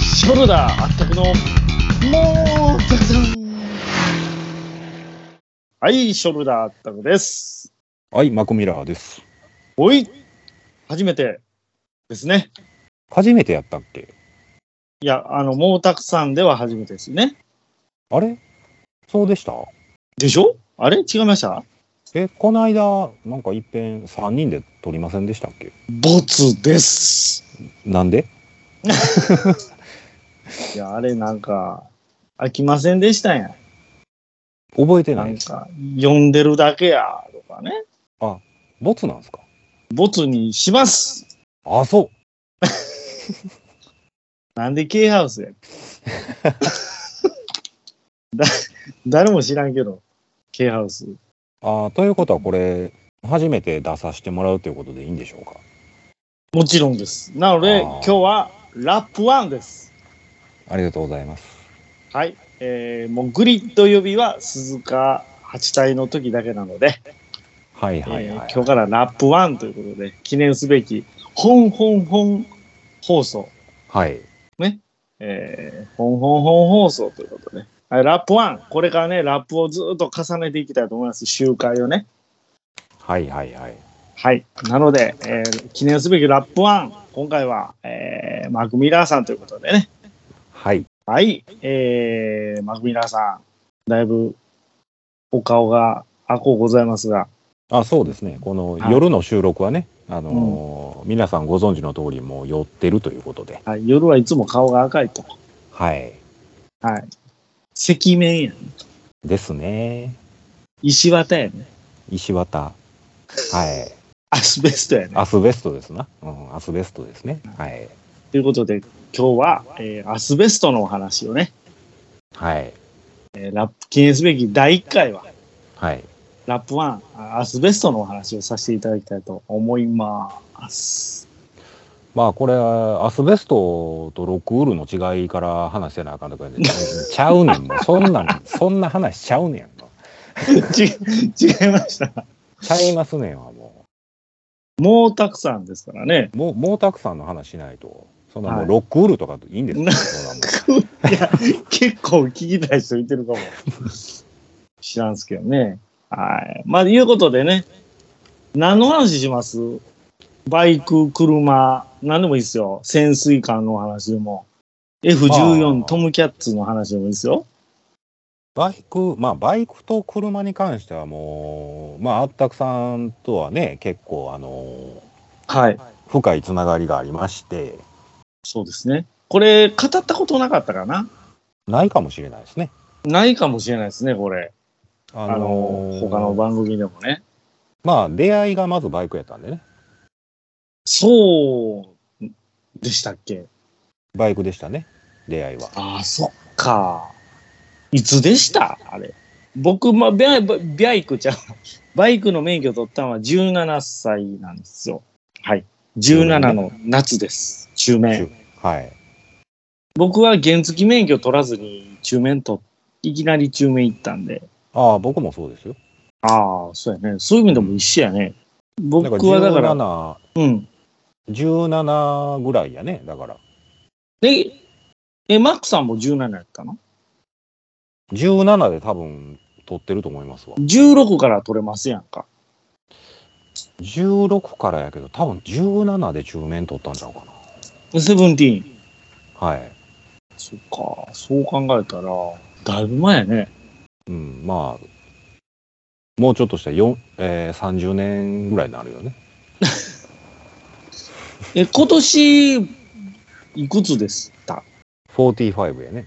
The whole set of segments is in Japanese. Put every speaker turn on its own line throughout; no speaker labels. ショルダーあったくの、もう、ザザンはい、ショルダーあったくです。
はい、マコミラーです。
おい、初めてですね。
初めてやったっけ
いや、あの、毛沢さんでは初めてですね。
あれそうでした
でしょあれ違いました
え、この間、なんか一遍3人で撮りませんでしたっけ
ボツです。
なんで
いや、あれなんか、飽きませんでしたやん。
覚えて
な
ない
ん
です。
か、呼んでるだけや、とかね。
ボツなんですか
ボツにします。
あ、そ
なんで K ハウスや だ誰も知らんけど、K ハウス。
う。あということはこれ、初めて出させてもらうということでいいんでしょうか
もちろんです。なので、
あー
今日はラップ1です。
ありがとうございます。
はい。えー、もうグリッド予備は鈴鹿八体の時だけなので、
はいはい
え
は
ー
い。
今日からラップ1ということで、記念すべき本本本放送、
はい。
えー、本本本放送ということで、はい、ラップ1、これからね、ラップをずっと重ねていきたいと思います。集会をね。
はいはいはい。
はい。なので、えー記念すべきラップ1、今回は、えーマーク・ミラーさんということでね。
はい。
はい。えー、マーク・ミラーさん、だいぶお顔があこうございますが、
あ、そうですね。この
はい
夜の収録はね、あのー皆さんご存知の通り、もう寄ってるということで。
はい、夜はいつも顔が赤いと。
はい。
はい。赤面やね。
ですね。
石綿やね。
石綿。はい。
アスベストやね。
アスベストですな。うん、アスベストですね。はい。
ということで、今日は、えーアスベストのお話をね、
はい。
えーラップ記念すべき第1回は、
はい。
ラップ1、アスベストのお話をさせていただきたいと思います。
まあ、これ、アスベストとロックウールの違いから話せなあかんとか言ってちゃうねん、もう。そんなん、そんな話しちゃうねん。
ち違いました。
ちゃいますねんわ、も
毛沢さんですからね。
う。もう、毛沢さんの話しないと。そんなも
は
う、
い
ロックウールとかいいんですか、そんなもん
いや、結構聞きたい人いてるかも。知らんすけどね。はい。まあ、いうことでね、何の話しますバイク、車、何でもいいですよ。潜水艦の話でも。F14
あー
トムキャッツの話でもいいですよ。
バイク、まあ、バイクと車に関してはもう、まあ、あったくさんとはね、結構、あの、
はい。
深いつながりがありまして、
そうですね。これ、語ったことなかったかな
ないかもしれないですね。
ないかもしれないですね、これ。
あ
あの、他の番組でもね。
まあ出会いがまずバイクやったんでね
そうでしたっけ
バイクでしたね出会いは
ああ、そっか。いつでしたあれ。僕、まあ、ビャイビャイクちゃん、 バイクの免許取ったのは17歳なんですよ。はい。17の夏です。中免。
はい
僕は原付免許取らずに中免と、いきなり中免行ったんで。
ああ僕もそうですよ
ああ、そうやね。そういう意味でも一緒やね。僕はだから、
17
うん。
17ぐらいやねだから
で、え、マックさんも17やったの
17で多分取ってると思いますわ
?16 から取れますやんか。
16からやけど多分17で中面取ったんちゃうか
セブンティーン。
なはい
そっか、そう考えたら、だいぶ前やね。
うんまあもうちょっとしたら4、えー、30年ぐらいになるよね
え、今年、いくつでした
45やね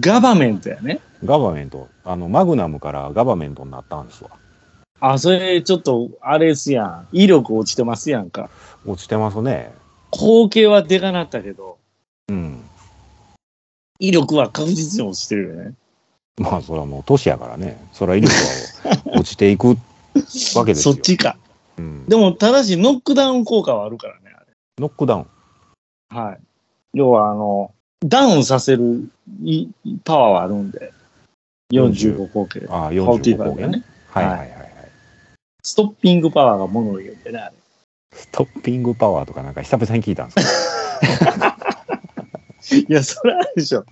ガバメントやね。
ガバメントあのマグナムからガバメントになったんですわ
あ、それ、ちょっと、あれっすやん。威力落ちてますやんか。
落ちてますね
光景はでかなったけど、
うん
威力は確実に落ちてるよね。
まあそれはもう年やからね、それは威力 は落ちていくわけです
そ
よ。
っちか。
うん
でも、ただし、ノックダウン効果はあるからね、あ
ノックダウン。
れ。はい。要は、あの、ダウンさせるいパワーはあるんで、45口径。
ああ、
45
45
口
号
径
ね
ね。
はいはいはいはい。
ストッピングパワーが物を言うんでね、あれ。
ストッピングパワーとかなんか久々に聞いたんですけ
いや、それあるでしょ。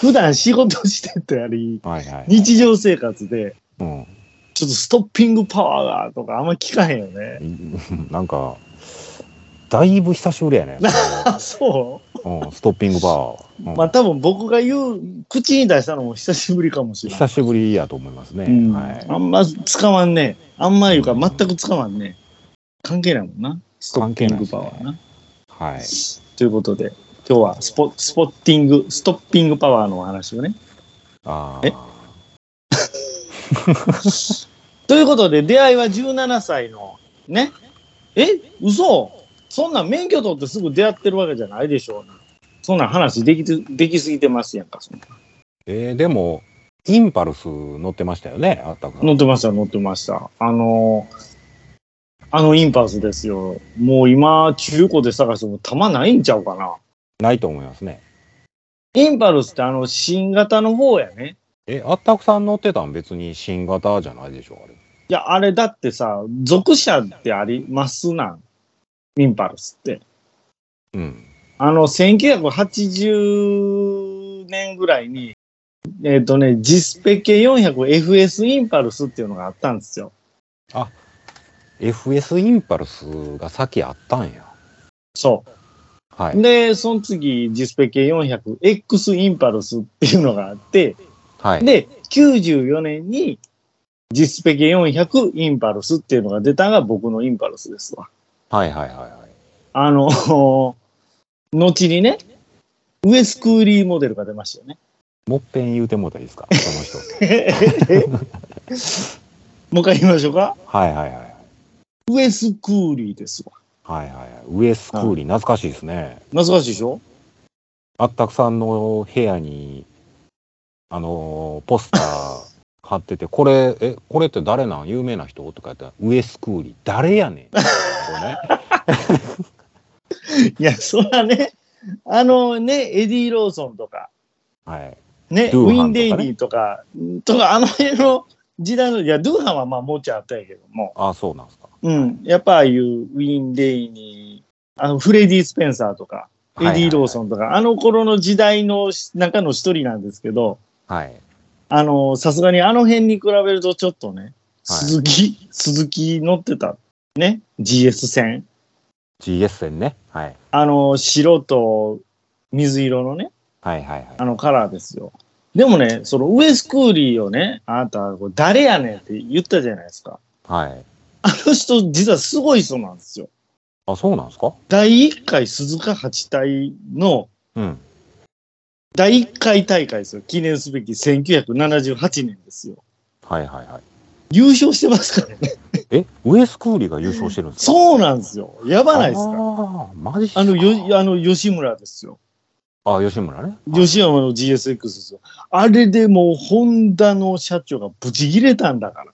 普段仕事しててあり、
はいはい。
日常生活で、
うん
ちょっとストッピングパワーがとかあんま聞かへんよね。
うん。なんか、だいぶ久しぶりやね。
あ、そ
うん、ストッピングバー。うん
うまあ多分僕が言う、口に出したのも久しぶりかもしれな
久
い。
しぶりやと思いますね。
うん
はい。
あんま使わんね。あんまいうか全く使わんね。関係ないもんな。ストッピングパワーな。
はい。
ということで、今日はスポスポッティング、ストッピングパワーのお話をね。
あ
え
あ。
ということで、出会いは17歳の、ね。え嘘そんなん免許取ってすぐ出会ってるわけじゃないでしょう、そんなん話できてできすぎてますやんか。そんな
えーでも、インパルス乗ってましたよね、あったか。
乗ってました、乗ってました。あのーあのインパルスですよ。もう今、中古で探してもたまないんちゃうかな。
ないと思いますね。
インパルスってあの新型の方やね。
え、あったくさん乗ってたん別に新型じゃないでしょ、あれ。
いや、あれだってさ、属者ってありますなん。インパルスって。
うん。
あの、1980年ぐらいに、えっ、とね、ジスペ系 400FS インパルスっていうのがあったんですよ。
FS インパルスが先あったんや。
そ
は
う。
い。
で、その次、ジスペ系 400X インパルスっていうのがあって、
はい。
で、94年に、ジスペ系400インパルスっていうのが出たのが僕のインパルスですわ。
はいはいはいはい。
あの、 後にね、ウエスクーリーモデルが出ましたよね。
もっぺん言うてもうたらいいですか、 その人。
もう一回言いましょうか。
はいはいはい。
ウエスクーリーですわ。
はいはいはい。ウエスクーリー、懐かしいですね。
懐かしいでしょ
あったくさんの部屋に、あのーポスター貼ってて、これ、え、これって誰なん有名な人とか言ったら、ウエスクーリー、誰やね ん。これね
いや、そらね、あのね、エディ・ローソンとか、
はい。
ね、
ドゥ
ウ
ー
ィ
ハンとかね
ン・デイリーとか、とか、あの辺の時代の、いや、ドゥーハンはまあ、もうちょいあったんやけども、
あ、そうなんですか。
うん、やっぱああいうウィン・デイリー、あの、フレディ・スペンサーとか、エディ・ローソンとか、あの頃の時代の中の一人なんですけど、
はい。はい。
あの、さすがにあの辺に比べるとちょっとね、鈴木、鈴木乗ってた、ね、GS 戦。
GS 線ね。はい。
あの、白と水色のね、
はいはいはい。
あのカラーですよ。でもね、そのウエスクーリーをね、あなた、これ誰やねんって言ったじゃないですか。
はい。
あの人、実はすごい人なんですよ。
あ、そうなんですか
第1回鈴鹿八隊の
うん。
第1回大会ですよ。記念すべき1978年ですよ。
はいはいはい。
優勝してますからね。
え、ウエスクーリーが優勝してるんですか
そうなんですよ。やばないですか。
ああ、マジっすか
あの、よ、あの、吉村ですよ。
あ、吉村ね。
吉山の GSX ですよ。あれでもう、ホンダの社長がブチ切れたんだから。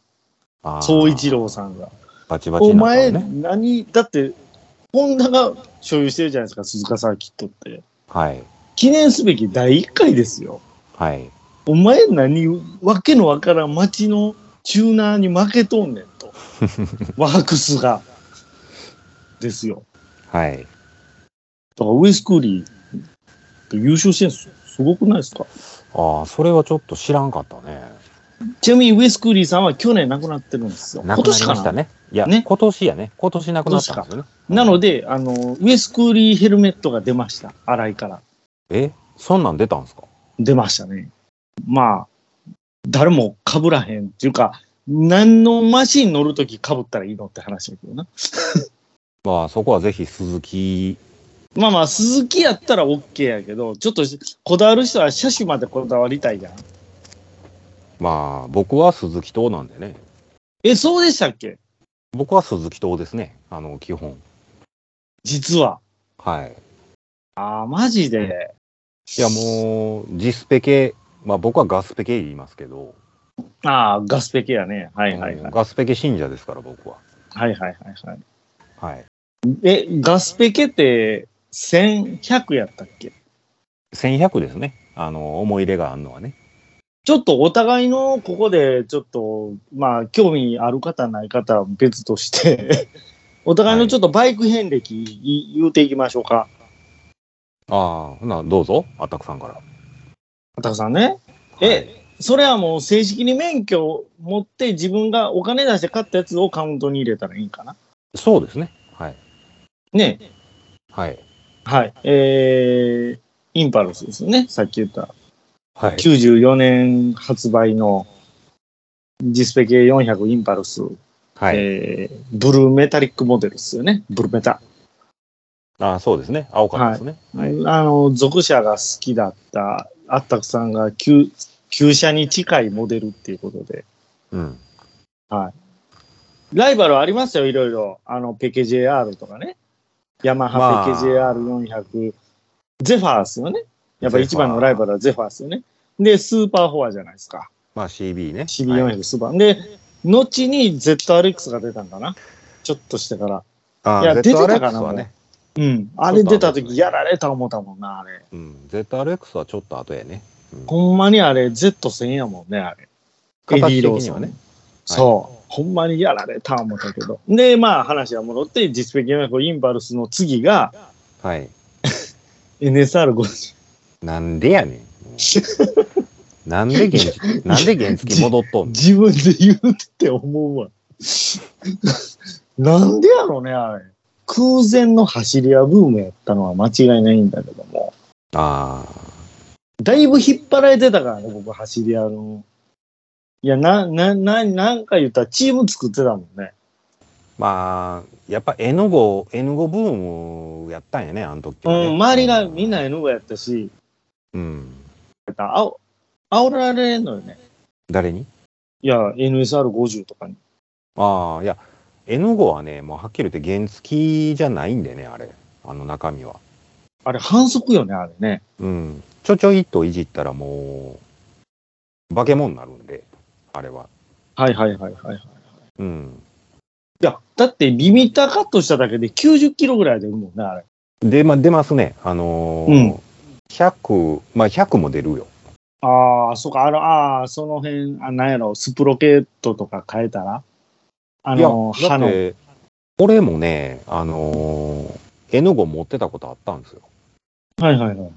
あー
総一郎さんが。
バチバチ
お
になった
前、
のね。
何、だって、ホンダが所有してるじゃないですか、鈴鹿サーキットって。
はい。
記念すべき第1回ですよ。
はい。
お前何、わけのわからん街のチューナーに負けとんねん と。ワークスが。ですよ。
はい。
だからウエスクーリーと優勝してるんですよ。すごくないですか
ああ、それはちょっと知らんかったね。
ちなみにウエスクーリーさんは去年亡くなってるんですよ。
な
今
くな
年
り
か
ました
な。
ね。いや、
ね
今年やね。今年なくなったんですよね。
なので、あの、ウエスクーリーヘルメットが出ました。新井から。
え、そんなん出たんですか
出ましたね。まあ、誰も被らへんっていうか、何のマシン乗るとき被ったらいいのって話だけどな。
まあ、そこはぜひ鈴木、
まあまあ、鈴木やったら OK やけど、ちょっとこだわる人は車種までこだわりたいじゃん。
まあ、僕は鈴木党なんでね。
え、そうでしたっけ
僕は鈴木党ですね。あの、基本。
実は。
はい。
ああ、マジで。
いや、もう、ジスペ系、まあ僕はガスペ系言いますけど、
ああ、ガスペケやね。はいはい
うん
はい。
ガスペ系信者ですから、僕は。
はいはいはいはい。
はい。
え、ガスペケって1100やったっけ
1100ですね。あの、思い入れがあるのはね。
ちょっとお互いのここでちょっとまあ興味ある方ない方は別と してお互いのちょっとバイク遍歴い言うていきましょうか。
ああ、ほな、どうぞ、あったくさんから。
あたくさんね。え、それはもう正式に免許を持って自分がお金出して買ったやつをカウントに入れたらいいんかな。
そうですね。はい。
ね。
はい。
はい。えー、インパルスですよね。さっき言った。
はい。
94年発売のジスペ系400インパルス。
はい。
えーブルーメタリックモデルですよね。ブルーメタ。
ああ、そうですね。青かったですね。はい。
あの、属者が好きだった、あったくさんが旧、旧車に近いモデルっていうことで。
うん。
ライバルはありますよ、いろいろ。あの、ペケ JR とかね。ヤマ
ま
ハ
あ
ペケ JR400。ゼファーですよね。やっぱ一番のライバルはゼファーですよね。で、スーパーフォアじゃないですか。
まあ CB ね。はい
CB400 スーパー。で、後に ZRX が出たんかな。ちょっとしてから。
あ
いや
あ、
出て
ZRX
たかな
はね。
うん。あれ出た
そうだ
時やられた思ったもんな、あれ。
うん。ZRX はちょっと後やね。うん
ほんまにあれ Z1000 やもんね、あれ。
形
エディロー
的に
ソ
は
ン
ね。
そう。ほんまにやられた思ったけど。で、まあ話は戻って、実績400インパルスの次が
はい。
NSR50。
なんでやねんも う。なんで原付、なんで原付戻っとんの
自分で言うって思うわ。 なんでやろね、あれ。空前の走り屋ブームやったのは間違いないんだけども。
あ
だいぶ引っ張られてたからね、僕、走り屋の。いや、な、な、な、なんか言ったらチーム作ってたもんね。
あ。まあ、やっぱ N5、N5 ブームやったんやね、あの時
う
はね、
ん、周りがみんな N がやったし、
うん。
あお煽られんのよね。
誰に
いや、NSR50 とかに。
ああ、いや、N5 はね、もうはっきり言って原付じゃないんでね、あれ。あの中身は。
あれ、反則よね、あれね。
うん。ちょちょいっといじったらもう、化け物になるんで、あれは。
はいはいはいはい。はい
うん。
いや、だってリミッターカットしただけで90キロぐらい出るもんね、あれ。
で、ま、出ますね。あのー
う
100、まあ、100も出るよ。
ああ、そうか、あの、ああ、その辺、あなんやろ、スプロケットとか変えたらあの、
いや、
歯
だ
の。
って、俺もね、あのー、N5 持ってたことあったんですよ。
はいはいはいはい。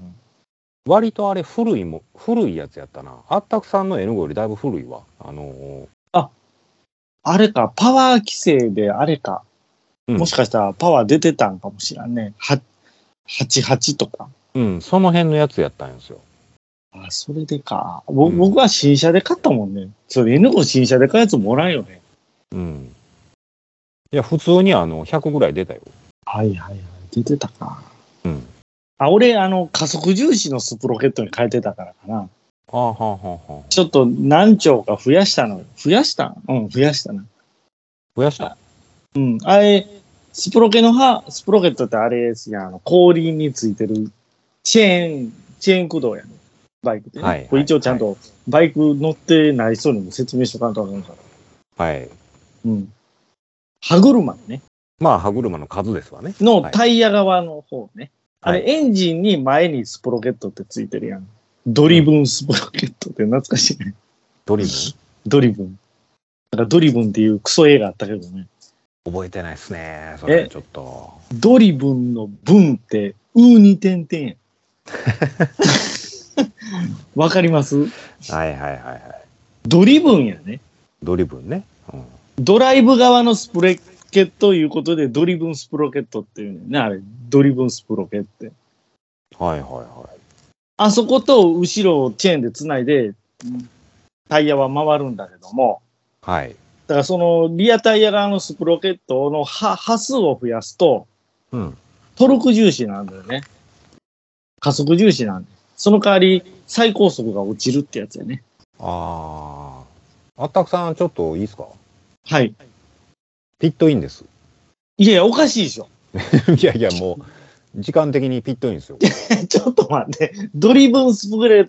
割とあれ古いも、古いやつやったな。あったくさんの N5 よりだいぶ古いわ。あのー
あれか、パワー規制であれか、
うん、
もしかしたらパワー出てたんかもしらんね。は88とか。
うん、その辺のやつやったんですよ。
あ、それでか。
う
ぼ
ん
僕は新車で買ったもんね。それ N5 新車で買うやつもらうよね。
うん。いや、普通にあの、100ぐらい出たよ。
はいはいはい。出てたか。
うん。
あ、俺、あの、加速重視のスプロケットに変えてたからかな。
ああ、はあ、はあ、はあ。
ちょっと何丁か増やしたの。増やしたうん、増やしたな。
増やした
うん。あれ、スプロケの刃、スプロケットってあれですやんあの、後輪についてるチェーン、チェーン駆動やね。バイクで、ね。
はいはい
これ一応ちゃんとバイク乗ってない人にも説明しとかんとあかんから。
はい。
うん。歯車ね。
まあ、歯車の数ですわね。
の
はい
タイヤ側の方ね。
はい
あれ、エンジンに前にスプロケットってついてるやん。ドリブンスプロケットって懐かしいね。
ドリ
ドリブン。なんかドリブンっていうクソ映画あったけどね。
ブン覚えてないですね。それ
え
ちょっと。
ドリブンの文って、うに点々 や。わかります
はいはいはいはい。
ドリブンやね。
ドリブンね。うん。
ドライブ側のスプロケットいうことで、ドリブンスプロケットっていうねんな、あれ。ドリブンスプロケって。
はいはいはい。
あそこと後ろをチェーンでつないで、タイヤは回るんだけども、
はい。
だからそのリアタイヤ側のスプロケットのは波数を増やすと、
うん。
トルク重視なんだよね。加速重視なんで。その代わり、最高速が落ちるってやつやね。
ああ。あったくさん、ちょっといいですか
はい。
ピットインです。
いやいや、おかしいでしょ。
いやいや、もう、時間的にピットインですよ。
ちょっと待って。ドリブンスプレ、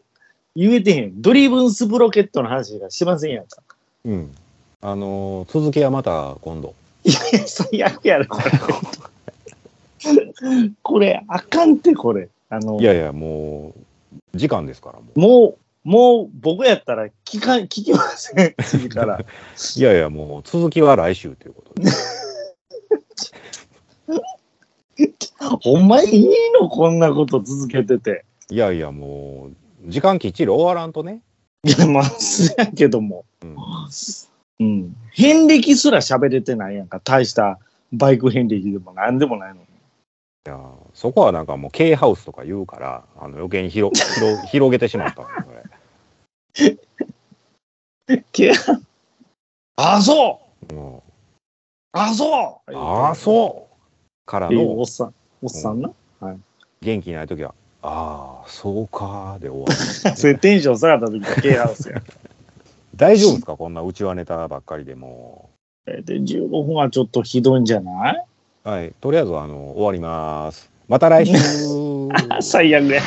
言えてへん。ドリブンスプロケットの話がしませんやんか。
うん。あのー続きはまた今度。
いや最悪やろ、これ。これ、あかんって、これ。あの
い、やいや、もう、時間ですから、もう。
もう、もう僕やったら聞か、聞きませ ん。次から。
いやいや、もう、続きは来週ということで。
ほんまに言いのこんなこと続けてて。
いやいや、もう、時間きっちり終わらんとね。
いや、まあ、そうやけども。
うん
うん。遍歴すら喋れてないやんか。大したバイク遍歴でもなんでもないのに。
いやそこはなんかもう K ハウスとか言うからあの余計に 広広広げてしまったのこれ
けあ、そう
も
あ、そう
うああ
う
そうから
っていうお
の
っさん、おっさんな。
元気ない時は「ああそうか」で終わる
それテンション下がった時だけハウスや。
大丈夫ですかこんなうちわネタばっかりでも
えで、15分はちょっとひどいんじゃないう
はいとりあえずあの終わりますまた来週
最悪や。